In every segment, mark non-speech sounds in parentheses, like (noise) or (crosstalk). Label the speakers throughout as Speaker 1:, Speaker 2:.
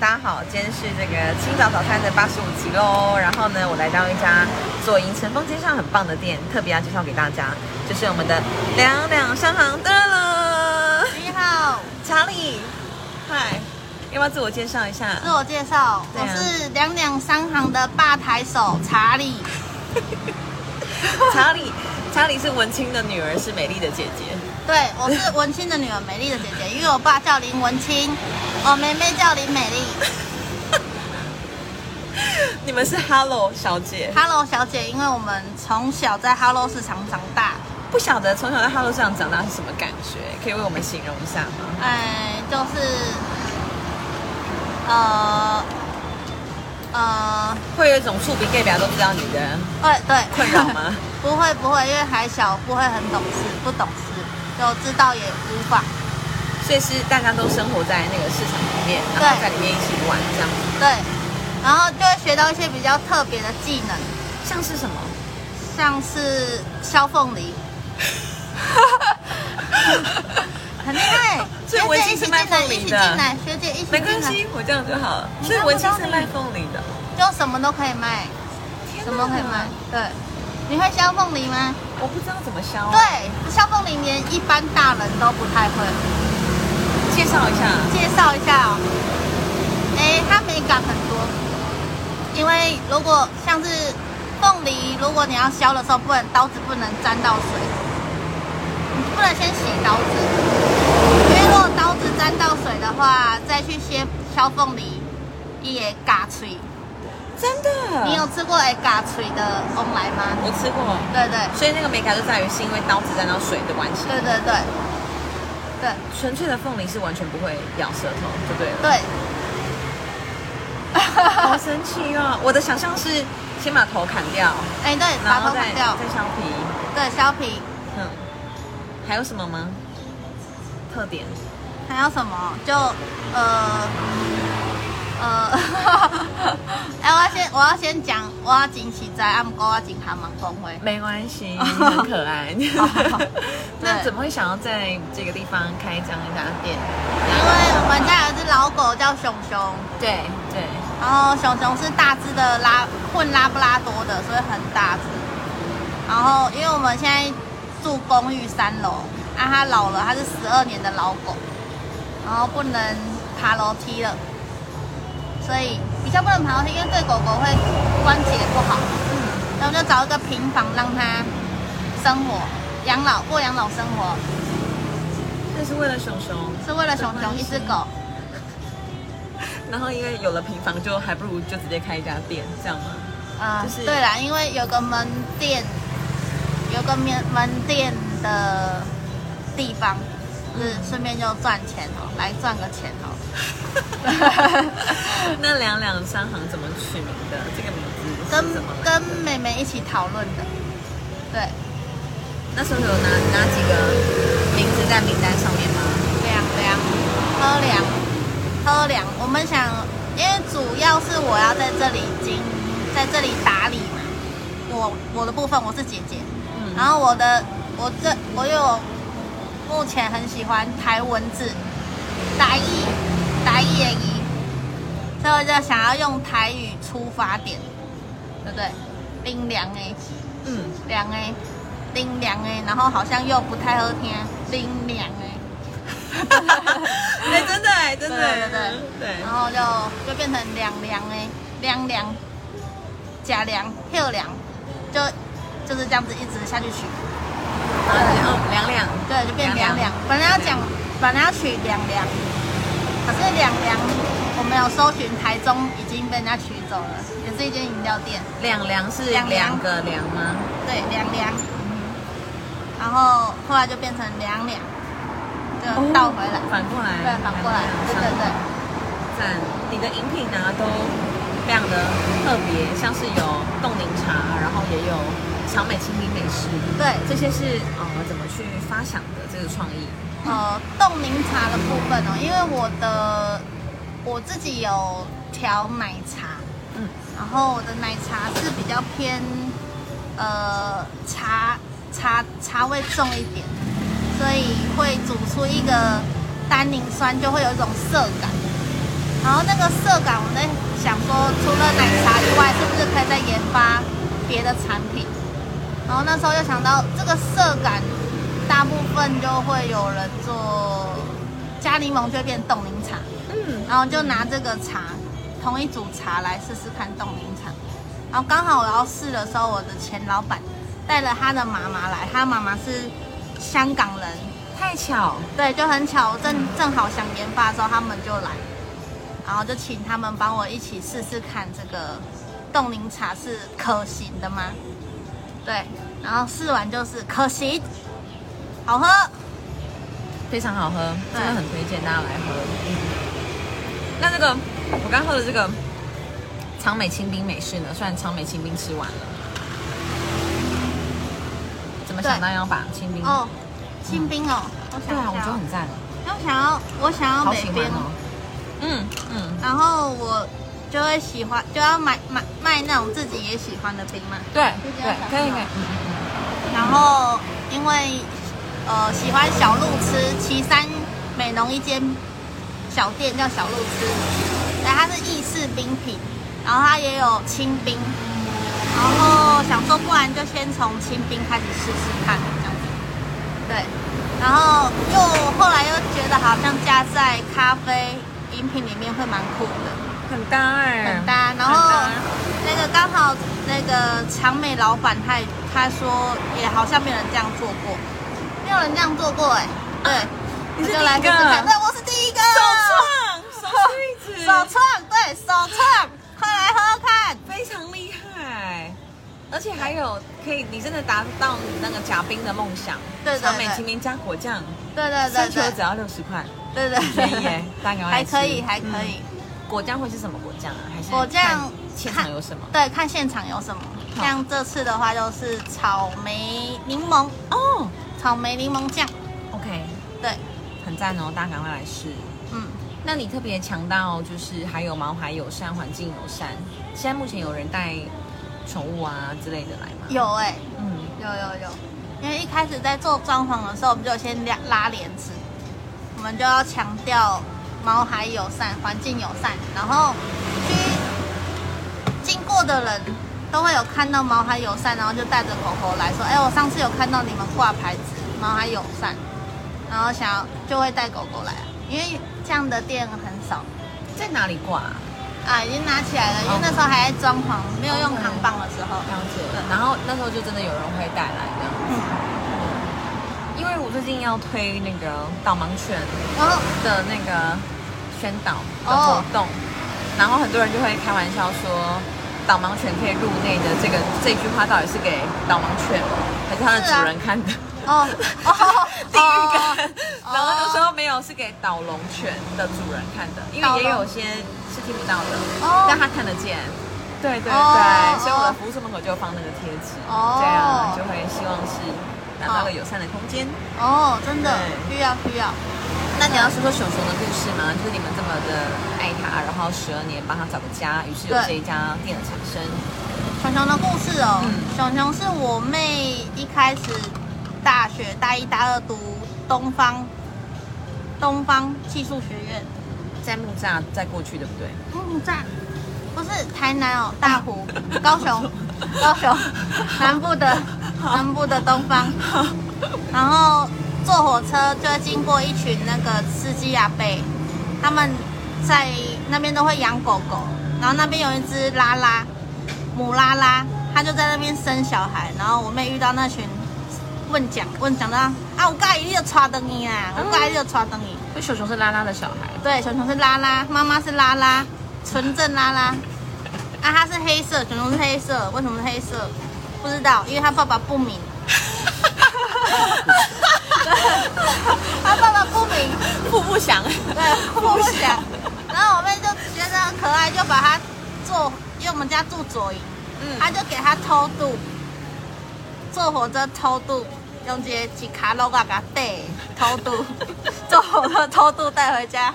Speaker 1: 大家好，今天是这个清早早餐的八十五集喽。然后呢，我来到一家左营晨风街上很棒的店，特别要啊介绍给大家，就是我们的两两商行的了。
Speaker 2: 你好，
Speaker 1: 查理，嗨，要不要自我介绍一下？
Speaker 2: 自我介绍，
Speaker 1: 对
Speaker 2: 我
Speaker 1: 啊
Speaker 2: 是两两商行的吧台手查理。
Speaker 1: 查理，查理是文青的女儿，是美丽的姐姐。
Speaker 2: 对，我是文青的女儿，美丽的姐姐，因为我爸叫林文清，我妹妹叫林美丽。
Speaker 1: 你们是 Hello 小姐，
Speaker 2: Hello 小姐，因为我们从小在 Hello 市场长大，
Speaker 1: 不晓得从小在 Hello 上长大是什么感觉？可以为我们形容一下吗？
Speaker 2: 哎，就是，呃，呃，
Speaker 1: 会有一种触鼻 gay 表都不知道你的
Speaker 2: 对对，
Speaker 1: 困扰？吗？
Speaker 2: (laughs) 不会不会，因为还小，不会很懂事，不懂事，就知道也无妨。
Speaker 1: 所以是大家都生活在那个市场里面，然
Speaker 2: 对
Speaker 1: 后在里面一起玩这样子。
Speaker 2: 对，然后就会学到一些比较特别的技能，
Speaker 1: 像是什么？
Speaker 2: 像是削凤
Speaker 1: (laughs)
Speaker 2: 梨，很厉害。
Speaker 1: 所以
Speaker 2: 学
Speaker 1: 我已
Speaker 2: 姐
Speaker 1: 经
Speaker 2: 一
Speaker 1: 是
Speaker 2: 起进
Speaker 1: 卖
Speaker 2: 来，
Speaker 1: 凤梨
Speaker 2: 一起进
Speaker 1: 的
Speaker 2: 来，学姐一起
Speaker 1: 没
Speaker 2: 进
Speaker 1: 关
Speaker 2: 来，
Speaker 1: 系，我这样就好了。
Speaker 2: 你
Speaker 1: 所以
Speaker 2: 看
Speaker 1: 我
Speaker 2: 不
Speaker 1: 今
Speaker 2: 到
Speaker 1: 是
Speaker 2: 你
Speaker 1: 卖凤梨的，
Speaker 2: 就什么都可以卖，
Speaker 1: 天
Speaker 2: 什么
Speaker 1: 哪
Speaker 2: 都可以卖。对，你会削凤梨吗？
Speaker 1: 我不知道怎么削。，啊
Speaker 2: 对，削凤梨连一般大人都不太会。
Speaker 1: 介绍一下。
Speaker 2: 介绍一下哦。哎，它美感很多，因为如果像是凤梨，如果你要削的时候，不能刀子不能沾到水，你不能先洗刀子，因为如果刀子沾到水的话，再去削削凤梨，也嘎脆。
Speaker 1: 真的？
Speaker 2: 你有吃过哎嘎脆的翁来吗？
Speaker 1: 我吃过。
Speaker 2: 对对
Speaker 1: 所以那个美感就在于是因为刀子沾到水的关系。
Speaker 2: 对对对对
Speaker 1: 纯粹的凤梨是完全不会咬舌头，就对了。
Speaker 2: (laughs) 对。
Speaker 1: 好神奇哦！我的想象是先把头砍掉，
Speaker 2: 哎对，
Speaker 1: 然
Speaker 2: 把
Speaker 1: 后
Speaker 2: 头
Speaker 1: 再
Speaker 2: 砍掉，
Speaker 1: 再削皮。
Speaker 2: 对削皮。
Speaker 1: 嗯，还有什么吗？特点？
Speaker 2: 还有什么？就呃呃， (laughs) 哎、我要先我要先讲，我要警起在暗沟，我要警蛤蟆公会。
Speaker 1: 没关 (laughs) 系，很可爱
Speaker 2: 好好好。
Speaker 1: (laughs) 那
Speaker 2: 对
Speaker 1: 怎么会想要在这个地方开这样一家店？
Speaker 2: 因为我们家有一只老狗叫熊熊，
Speaker 1: 对对，
Speaker 2: 然后熊熊是大只的拉混拉布拉多的，所以很大只。然后因为我们现在住公寓三楼，啊，它老了，它是十二年的老狗，然后不能爬楼梯了，所以比较不能爬楼梯，因为对狗狗会关节不好。
Speaker 1: 嗯，
Speaker 2: 然后就找一个平房让它生活、养老、过养老生活，
Speaker 1: 那是为了熊熊，
Speaker 2: 是为了熊熊一只狗。
Speaker 1: 然后因为有了平房，就还不如就直接开一家店，这样吗？
Speaker 2: 啊、
Speaker 1: 就是
Speaker 2: 对啦，因为有个门店，有个门门店的地方，
Speaker 1: 嗯
Speaker 2: 就是顺便就赚钱哦，来赚个钱
Speaker 1: (laughs)
Speaker 2: 哦。
Speaker 1: (laughs) 那两两商行怎么取名的？这个名字
Speaker 2: 跟
Speaker 1: 是怎么来的？
Speaker 2: 跟妹妹一起讨论的，对，
Speaker 1: 那时候有哪哪几个名字在名单上面吗？
Speaker 2: 凉凉，喝凉，喝凉。我们想，因为主要是我要在这里经，在这里打理嘛。我我的部分我是姐姐，
Speaker 1: 嗯，
Speaker 2: 然后我的我这我有目前很喜欢台文字，台语，台语的语，所以我就想要用台语出发点，对不对？冰凉哎，
Speaker 1: 嗯， (laughs)
Speaker 2: 凉哎，冰凉哎，然后好像又不太好听，冰凉哎。 (laughs)
Speaker 1: 哎，真的哎，真的哎，
Speaker 2: 对对
Speaker 1: 对
Speaker 2: 然后就就变成凉凉哎，凉凉，假凉，又凉，就就是这样子一直下去取，
Speaker 1: 然后就哦两两，
Speaker 2: 对，就变凉
Speaker 1: 凉
Speaker 2: 凉。本来要讲，本来要取凉凉，可是凉凉我们有搜寻台中已经被人家取走了，也是一间饮料店，
Speaker 1: 两两是
Speaker 2: 两
Speaker 1: 两
Speaker 2: 两
Speaker 1: 个两吗？
Speaker 2: 对，凉凉。然后后来就变成凉凉，就倒回来，
Speaker 1: 反过来，
Speaker 2: 对，反过来，对对对。
Speaker 1: 赞，你的饮品呢、都非常的特别，像是有冻柠茶，然后也有小美青柠美式，
Speaker 2: 对
Speaker 1: 这些是呃怎么去发想的这个创意？
Speaker 2: 呃冻柠茶的部分哦，因为我的我自己有调奶茶，
Speaker 1: 嗯，
Speaker 2: 然后我的奶茶是比较偏呃茶茶茶味重一点，所以会煮出一个单宁酸，就会有一种涩感，然后那个色感，我在想说，除了奶茶以外，是不是可以再研发别的产品？然后那时候就想到，这个色感大部分就会有人做加柠檬，就会变冻柠茶。
Speaker 1: 嗯，
Speaker 2: 然后就拿这个茶，同一组茶来试试看冻柠茶。然后刚好我要试的时候，我的前老板带了他的妈妈来，他妈妈是香港人，
Speaker 1: 太巧，
Speaker 2: 对，就很巧，我正正好想研发的时候，他们就来，然后就请他们帮我一起试试看这个冻柠茶是可行的吗？对，然后试完就是可行，好喝，
Speaker 1: 非常好喝，
Speaker 2: 对
Speaker 1: 真的很推荐大家来喝。嗯，那这个我刚喝的这个长美清冰美式呢，虽然长美清冰吃完了，怎么想到要把清冰？
Speaker 2: 哦，清冰哦，我
Speaker 1: 对
Speaker 2: 想
Speaker 1: 啊，我
Speaker 2: 一
Speaker 1: 觉
Speaker 2: 下
Speaker 1: 得
Speaker 2: 哦，
Speaker 1: 很赞，
Speaker 2: 因为我想要我想要
Speaker 1: 好
Speaker 2: 北
Speaker 1: 喜欢
Speaker 2: 边
Speaker 1: 哦。嗯嗯，
Speaker 2: 然后我就会喜欢，就要买买卖那种自己也喜欢的冰嘛。
Speaker 1: 对
Speaker 2: 就这
Speaker 1: 对
Speaker 2: 样，想
Speaker 1: 可以
Speaker 2: 到
Speaker 1: 可以，嗯嗯嗯
Speaker 2: 然后因为呃喜欢小路吃，岐山美浓一间小店叫小路吃，对，它是意式冰品，然后它也有清冰，然后想说不然就先从清冰开始试试看这样子，对，然后又后来又觉得好像加在咖啡饮品里面会蛮酷的。
Speaker 1: 很搭哎，
Speaker 2: 很搭。然
Speaker 1: 很
Speaker 2: 后
Speaker 1: 搭
Speaker 2: 那个刚好那个长美老板他也他说也好像没有人这样做过，没有人这样做过哎、对，
Speaker 1: 啊你是
Speaker 2: 我就来
Speaker 1: 第一
Speaker 2: 试试看
Speaker 1: 个
Speaker 2: 对，我是第一个。
Speaker 1: 手创手推子，
Speaker 2: 手创，对手创，快来喝喝看。
Speaker 1: 非常厉害，而且还有可以，你真的达到你那个贾冰的梦想。
Speaker 2: 对对
Speaker 1: 长美
Speaker 2: 对
Speaker 1: 青冰加果酱，
Speaker 2: 对对对
Speaker 1: 三球
Speaker 2: 对
Speaker 1: 只要六十
Speaker 2: (laughs)
Speaker 1: 块，
Speaker 2: 对对
Speaker 1: 便
Speaker 2: 对
Speaker 1: 宜耶，大家赶快
Speaker 2: 还
Speaker 1: 来吃
Speaker 2: 可以还可。以
Speaker 1: 嗯。果酱会是什么果酱啊？还是
Speaker 2: 果酱
Speaker 1: 看现场有什么？
Speaker 2: 对，看现场有什么。
Speaker 1: 嗯好
Speaker 2: 像这次的话就是草莓柠檬，
Speaker 1: 哦
Speaker 2: 草莓柠檬酱，
Speaker 1: ，OK，
Speaker 2: 对，
Speaker 1: 很赞哦，大家赶快来试。
Speaker 2: 嗯，
Speaker 1: 那你特别强调就是还有毛孩友善、环境友善。现在目前有人带宠物啊之类的来吗？，
Speaker 2: 有哎、
Speaker 1: 嗯，
Speaker 2: 有有有，因为一开始在做装潢的时候，我们就有先拉拉帘子，我们就要强调毛孩友善、环境友善，然后去经过的人都会有看到毛孩友善，然后就带着狗狗来说：“哎，我上次有看到你们挂牌子毛孩友善，然后想要就会带狗狗来，因为这样的店很少
Speaker 1: 在哪里挂啊、
Speaker 2: 啊，已经拿起来了，因为那时候还在装潢，没有用扛棒的时候。
Speaker 1: 了解了。然后那时候就真的有人会带来这样，
Speaker 2: 嗯，
Speaker 1: 因为我最近要推那个导盲犬
Speaker 2: 然后
Speaker 1: 的那个宣导的活动，然后很多人就会开玩笑说。导盲犬可以入内的这个这句话到底是给导盲犬还是它的
Speaker 2: 是啊
Speaker 1: 主人看的？
Speaker 2: 哦哦
Speaker 1: 地狱感。
Speaker 2: 哦
Speaker 1: 然后就说没有，是给导龙犬的主人看的，因为也有些是听不到的，
Speaker 2: 哦
Speaker 1: 但他看得见。对对对，
Speaker 2: 哦
Speaker 1: 所以我的服务处门口就放那个贴纸，
Speaker 2: 哦
Speaker 1: 这样就会希望是达到一个友善的空间。
Speaker 2: 哦，真的
Speaker 1: 对
Speaker 2: 需要需要。
Speaker 1: 那你要说说熊熊的故事吗？就是你们这么的爱它，然后十二年帮它找个家，于是有
Speaker 2: 对
Speaker 1: 这一家店的产生。
Speaker 2: 熊熊的故事哦，
Speaker 1: 嗯
Speaker 2: 熊熊是我妹一开始大学大一大二读东方东方技术学院，
Speaker 1: 在木栅，在过去对不对？
Speaker 2: 嗯，在不是台南哦，大湖、高雄、高雄南部的南部的东方，然后坐火车就会经过一群那个司机阿伯，他们在那边都会养狗狗，然后那边有一只拉拉母拉拉，它就在那边生小孩，然后我妹遇到那群问讲问讲到啊，我介意你就带等伊啦，我介意你就带啊等伊。
Speaker 1: 所以熊熊是拉拉的小 (laughs) 孩，
Speaker 2: 对，熊熊是拉拉，妈妈是拉拉，纯正拉拉。啊，它是黑色，熊熊是黑色，为什么是黑色？不知道，因为它爸爸不明。它爸爸不明，
Speaker 1: 父不详。
Speaker 2: 对，不想。然后我妹就觉得很可爱，就把它做，因为我们家住左营，
Speaker 1: (laughs) 嗯，
Speaker 2: 他就给他偷渡，坐火车偷渡，用一个一卡路啊给他带偷
Speaker 1: (laughs)
Speaker 2: 渡，坐火车偷渡带回家。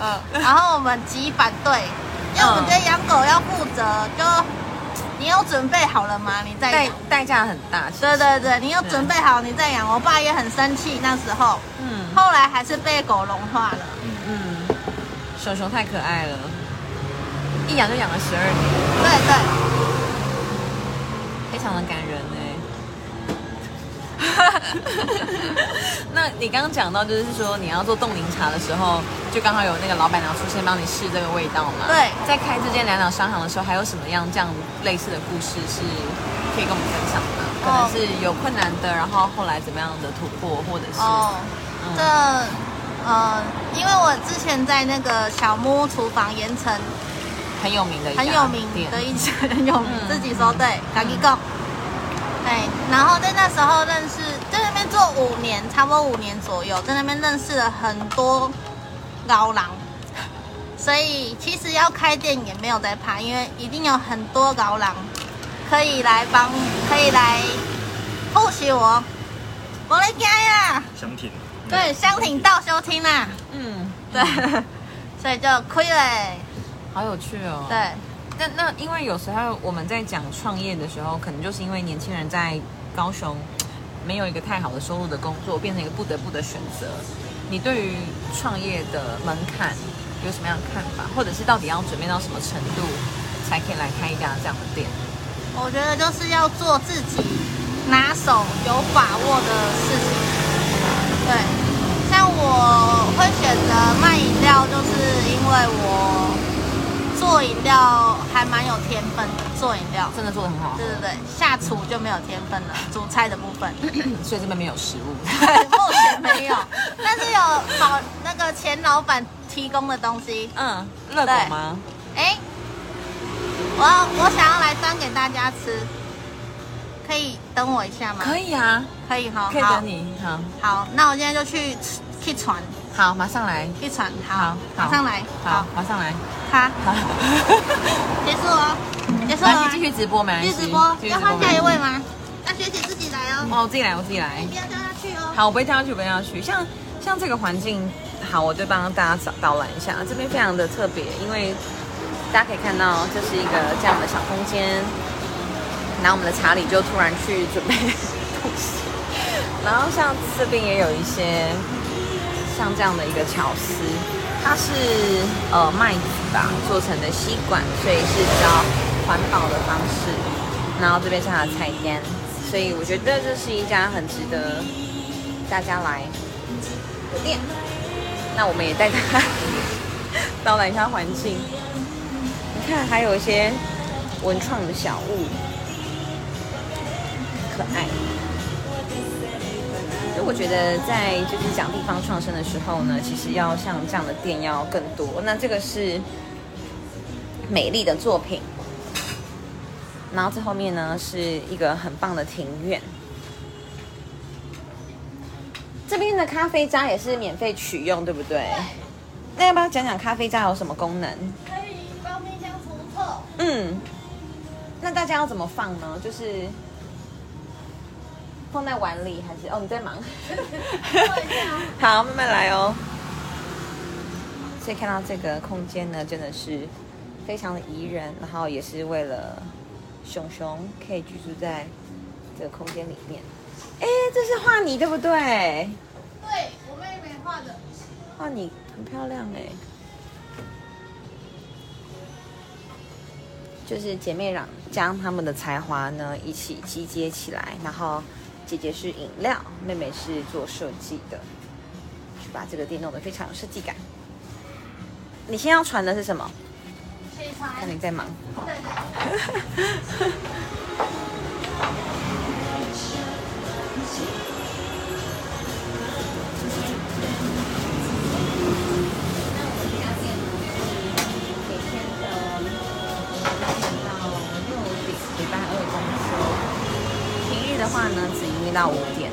Speaker 2: 嗯，然后我们极反对，因为我们觉得养狗要负责，就你有准备好了吗？你再
Speaker 1: 代
Speaker 2: 养。
Speaker 1: 代价很大。其实
Speaker 2: 对对对，你有准备好你再养。我爸也很生气，那时候，
Speaker 1: 嗯
Speaker 2: 后来还是被狗融化了。
Speaker 1: 嗯。熊熊太可爱了，一养就养了十二年，
Speaker 2: 对
Speaker 1: 非
Speaker 2: 对，
Speaker 1: 常的感人欸哎。 (laughs) 那你刚刚讲到，就是说你要做冻柠茶的时候，就刚好有那个老板娘出现帮你试这个味道嘛？
Speaker 2: 对
Speaker 1: 在开这间两两商行的时候，还有什么样这样类似的故事是可以跟我们分享的？可能
Speaker 2: 哦
Speaker 1: 是有困难的，然后后来怎么样的突破，或者是、
Speaker 2: 哦，
Speaker 1: 嗯
Speaker 2: 这呃，因为我之前在那个小木屋厨房盐城
Speaker 1: 很有名的一家
Speaker 2: 很有名
Speaker 1: 店
Speaker 2: 的一家，很有名
Speaker 1: 嗯，
Speaker 2: 自己说对，嘎吉贡。哎，然后在那时候认识，在那边做五年，差不多五年左右，在那边认识了很多高郎，所以其实要开店也没有在怕，因为一定有很多高郎可以来帮，可以来复习我。我来加呀，
Speaker 3: 香挺，
Speaker 2: 对，香亭倒休厅啦，
Speaker 1: 嗯，
Speaker 2: 对， (laughs) 所以就亏了，欸
Speaker 1: 好有趣哦。
Speaker 2: 对。
Speaker 1: 那那因为有时候我们在讲创业的时候，可能就是因为年轻人在高雄没有一个太好的收入的工作，变成一个不得不的选择。你对于创业的门槛有什么样的看法，或者是到底要准备到什么程度才可以来开一家这样的店？
Speaker 2: 我觉得就是要做自己拿手有把握的事情。对，像我会选择卖饮料，就是因为我做饮料还蛮有天分的，做饮料。
Speaker 1: 真的做得很好
Speaker 2: 对，对对，下厨就没有天分了，煮菜的部 (laughs) 分
Speaker 1: 所以这边没有食物。
Speaker 2: 嗯 (laughs) 目前没
Speaker 1: (laughs)
Speaker 2: 有，但是有好那个前老板提供的东西。
Speaker 1: 嗯，热狗吗？
Speaker 2: 哎，我要我想要来端给大家吃，可以等我一下吗？
Speaker 1: 可以啊，
Speaker 2: 可以哈，
Speaker 1: 可以
Speaker 2: 好
Speaker 1: 等你。好，
Speaker 2: 好，那我现在就去吃去传
Speaker 1: 好，马上来。
Speaker 2: 去传，
Speaker 1: 好
Speaker 2: 好，马上来，
Speaker 1: 好，，马上来。
Speaker 2: 好，
Speaker 1: 好，
Speaker 2: (laughs)
Speaker 1: 嗯
Speaker 2: 结束哦，结束了
Speaker 1: 来
Speaker 2: 吗，
Speaker 1: 继续直播没关系
Speaker 2: 继续直播，
Speaker 1: 继续
Speaker 2: 要
Speaker 1: 直播
Speaker 2: 换
Speaker 1: 没
Speaker 2: 下一
Speaker 1: 关系
Speaker 2: 位吗？那学姐自己来哦，
Speaker 1: 哦，我自己来，我自己来。
Speaker 2: 你不要叫她去哦。
Speaker 1: 好，我不会掉下去，我不会掉下去。像像这个环境，好，我就帮大家导导览一下。这边非常的特别，因为大家可以看到，这是一个这样的小空间。然后我们的查理就突然去准备 (laughs) 东西，然后像这边也有一些像这样的一个巧思，它是呃麦子吧做成的吸管，所以是比较环保的方式。然后这边是它的菜单，所以我觉得这是一家很值得大家来的店。那我们也带大家到览一下环境。你看，还有一些文创的小物，可爱。所以我觉得在就是讲地方创生的时候呢，其实要像这样的店要更多。那这个是美丽的作品，然后这后面呢是一个很棒的庭院。这边的咖啡渣也是免费取用，对不对？那要不要讲讲咖啡渣有什么功能？
Speaker 2: 可以帮冰箱除臭，
Speaker 1: 嗯，那大家要怎么放呢？就是放在碗里还是？哦，你在忙
Speaker 2: 一下。
Speaker 1: 好，慢慢来哦。所以看到这个空间呢，真的是非常的宜人，然后也是为了熊熊可以居住在这个空间里面。哎，这是画你对不对？
Speaker 2: 对我妹妹画的，
Speaker 1: 哇，你很漂亮哎、就是姐妹俩将她们的才华呢一起集结起来，然后姐姐是饮料，妹妹是做设计的，去把这个店弄得非常有设计感。你先要传的是什么？
Speaker 2: 谁传？
Speaker 1: 看你在忙。
Speaker 2: 对对。
Speaker 1: 每天的到六点，礼拜二公休。平日的话呢，只营业到五点。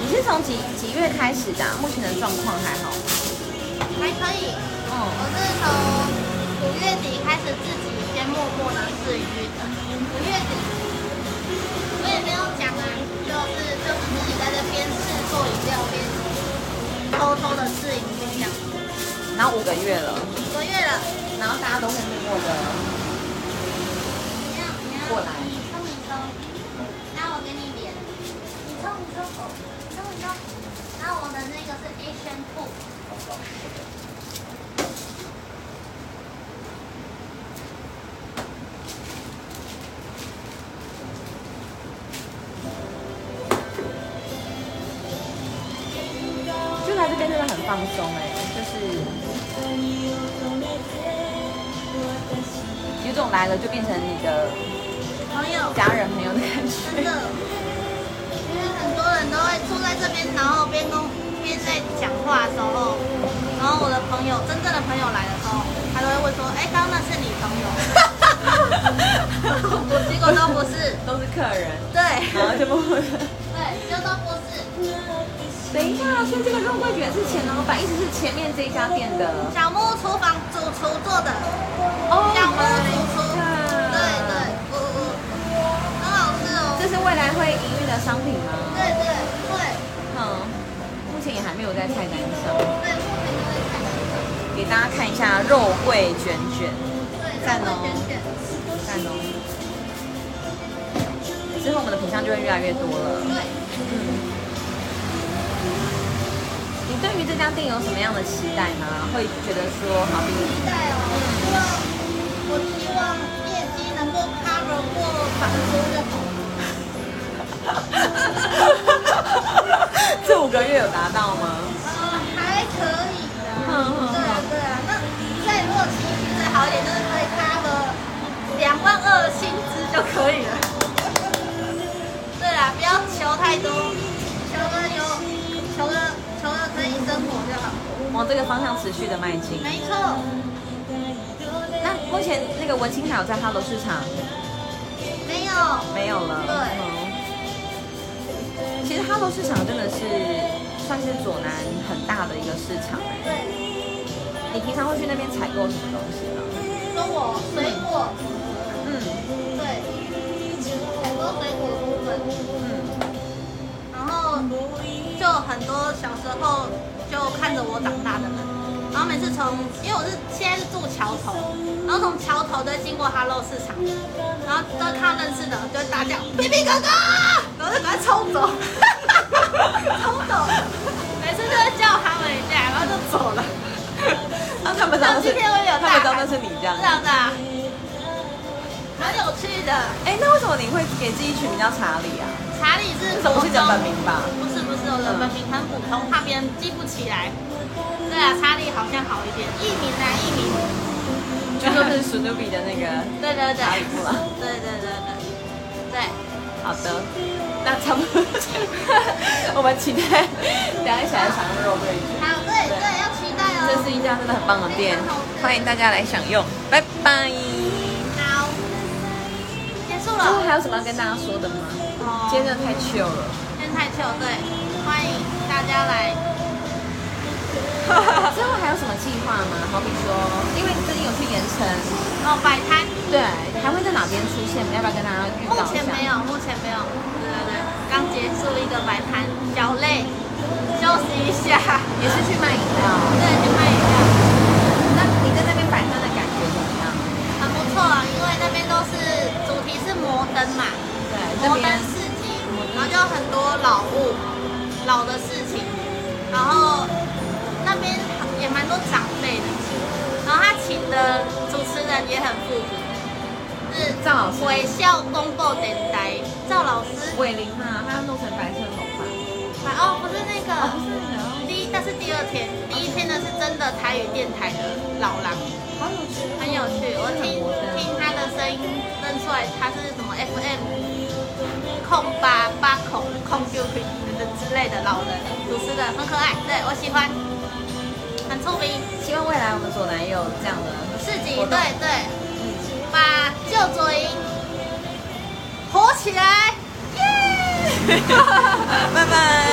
Speaker 1: 你是从几几月开始的啊、目前的状况还好吗？
Speaker 2: 还可以，
Speaker 1: 嗯
Speaker 2: 我是从五月底开始自己先默默的试鱼的。五月底，我也没有讲啊，就是就是自己在这边试做饮料，边偷偷的试饮料，
Speaker 1: 然后五个月了，
Speaker 2: 五个月了。
Speaker 1: 然后大家都会默默的
Speaker 2: 你要你要
Speaker 1: 过来
Speaker 2: 你冲你冲，那我给你脸。你冲你冲，你冲你冲。然后我的那个是 Asian Two，
Speaker 1: 哦很放松哎、就是嗯有种来了就变成你的
Speaker 2: 朋友，
Speaker 1: 家人朋友的感觉。
Speaker 2: 真的，因为很多人都会坐在这边，然后边跟边在讲话的时候，然后我的朋友真正的朋友来的时候，他都会问说，哎，刚刚那是你朋友？ (laughs) 结果都不是，
Speaker 1: 都是客人，
Speaker 2: 对，
Speaker 1: 然后就不。
Speaker 2: 对，就都不是。
Speaker 1: 等一下，所以这个肉桂卷是前老板，一直是前面这一家店的。
Speaker 2: 小木厨房主厨做的，
Speaker 1: 哦
Speaker 2: 小木主厨，对对，我我很好吃哦，
Speaker 1: 这是未来会营运的商品吗？
Speaker 2: 对对对
Speaker 1: 嗯，目前也还没有在菜单上，
Speaker 2: 对，目前就会看，
Speaker 1: 给大家看一下肉桂卷卷，
Speaker 2: 对，
Speaker 1: 赞哦
Speaker 2: 会卷卷，
Speaker 1: 赞哦。之后我们的品相就会越来越多了。
Speaker 2: 对，
Speaker 1: 你对于这家店有什么样的期待吗？会觉得说，好比
Speaker 2: (laughs) 期待哦，希望我希望业绩能够 cover 过房租就好，
Speaker 1: 这五个月有达到吗？
Speaker 2: 呃，还可以的，对
Speaker 1: (laughs)
Speaker 2: 啊对啊，那再如果情绪再好一点，就是可以 cover 两万二薪资就可以了。对啦，不要求太多，求个有，求个求个可以生活就好。
Speaker 1: 往这个方向持续的迈进。
Speaker 2: 没错，
Speaker 1: 那目前那个文青还有在哈罗市场
Speaker 2: 没有，
Speaker 1: 没有了。
Speaker 2: 对
Speaker 1: 嗯。其实哈罗市场真的是算是左南很大的一个市场。欸
Speaker 2: 对，
Speaker 1: 你平常会去那边采购什么东西呢？
Speaker 2: 说我水果，
Speaker 1: 嗯
Speaker 2: 对，很多水果部分，
Speaker 1: 嗯， (laughs)
Speaker 2: 然后就很多小时候就看着我长大的人，然后每次从，因为我是现在是住桥头，然后从桥头都会经过哈喽市场，然后都会看到认识的，就会大叫皮皮哥哥，然后就赶快冲走，冲走，每次都会叫他们一下，然后就走 (laughs) 了。
Speaker 1: 那、啊他们知道那是，
Speaker 2: 今天我有
Speaker 1: 他们
Speaker 2: 带
Speaker 1: 知道那是你这样
Speaker 2: 这。样子啊，蛮有趣的。
Speaker 1: 哎，那为什么你会给自己取名叫查理啊？
Speaker 2: 查理是
Speaker 1: 这不是你的
Speaker 2: 国中
Speaker 1: 本名吧？
Speaker 2: 不是不是，我的本名很普通，怕别人记不起来。对啊，查理好像好一点，艺名啊艺名。
Speaker 1: 就说是史努比的 (laughs) 那个。
Speaker 2: 对对对
Speaker 1: 查理布朗，
Speaker 2: 对对对对对，
Speaker 1: 好的，那差不多这样。 (laughs) 我们期待等一下一起来尝肉桂卷。
Speaker 2: 好对对，要期待
Speaker 1: 这
Speaker 2: 哦。
Speaker 1: 是一家真的很棒的店，欢迎大家来享用，拜拜。
Speaker 2: 好，结束
Speaker 1: 最后
Speaker 2: 了。
Speaker 1: 还有什么要跟大家说的吗？
Speaker 2: 哦
Speaker 1: 今天真的太 chill 了， (laughs)
Speaker 2: 今天太久，对，欢迎大家来。
Speaker 1: 之后还有什么计划吗？好比说，因为你最近有去盐城，
Speaker 2: 哦，摆摊，
Speaker 1: 对，还会在哪边出现？要不要跟大家预
Speaker 2: 目
Speaker 1: 告一
Speaker 2: 前
Speaker 1: 下？
Speaker 2: 没有，目前没有。对对对，刚结束一个摆摊，脚累，休息一下。
Speaker 1: 也是去卖饮料。
Speaker 2: 对，去卖饮料。
Speaker 1: 那你在那边摆摊的感觉怎么样？
Speaker 2: 很不错啊，因为那边都是主题是摩登嘛，
Speaker 1: 对，这
Speaker 2: 摩登
Speaker 1: 边
Speaker 2: 市集，然后就有很多老物、老的事情，然后那边也蛮多长辈的，然后他请的主持人也很复古，是
Speaker 1: 赵老师
Speaker 2: 微笑公布电台赵老师，
Speaker 1: 伟林啊，他要弄成白色头发。
Speaker 2: 哦，不是那
Speaker 1: 哦
Speaker 2: 个，
Speaker 1: 不是你哦
Speaker 2: 第一，那是第二天，第一天的是真的台语电台的老狼。
Speaker 1: 好有趣哦，
Speaker 2: 很有趣，我听
Speaker 1: 摩登
Speaker 2: 听他的声音认出来他是什么 FM 空八八孔空九之类的老人主持人，很可爱，对我喜欢，很出名。
Speaker 1: 希望未来我们左南也有这样的，
Speaker 2: 市集
Speaker 1: 活动
Speaker 2: 对对，
Speaker 1: 嗯。
Speaker 2: 把旧左营火起来，耶！
Speaker 1: 拜拜。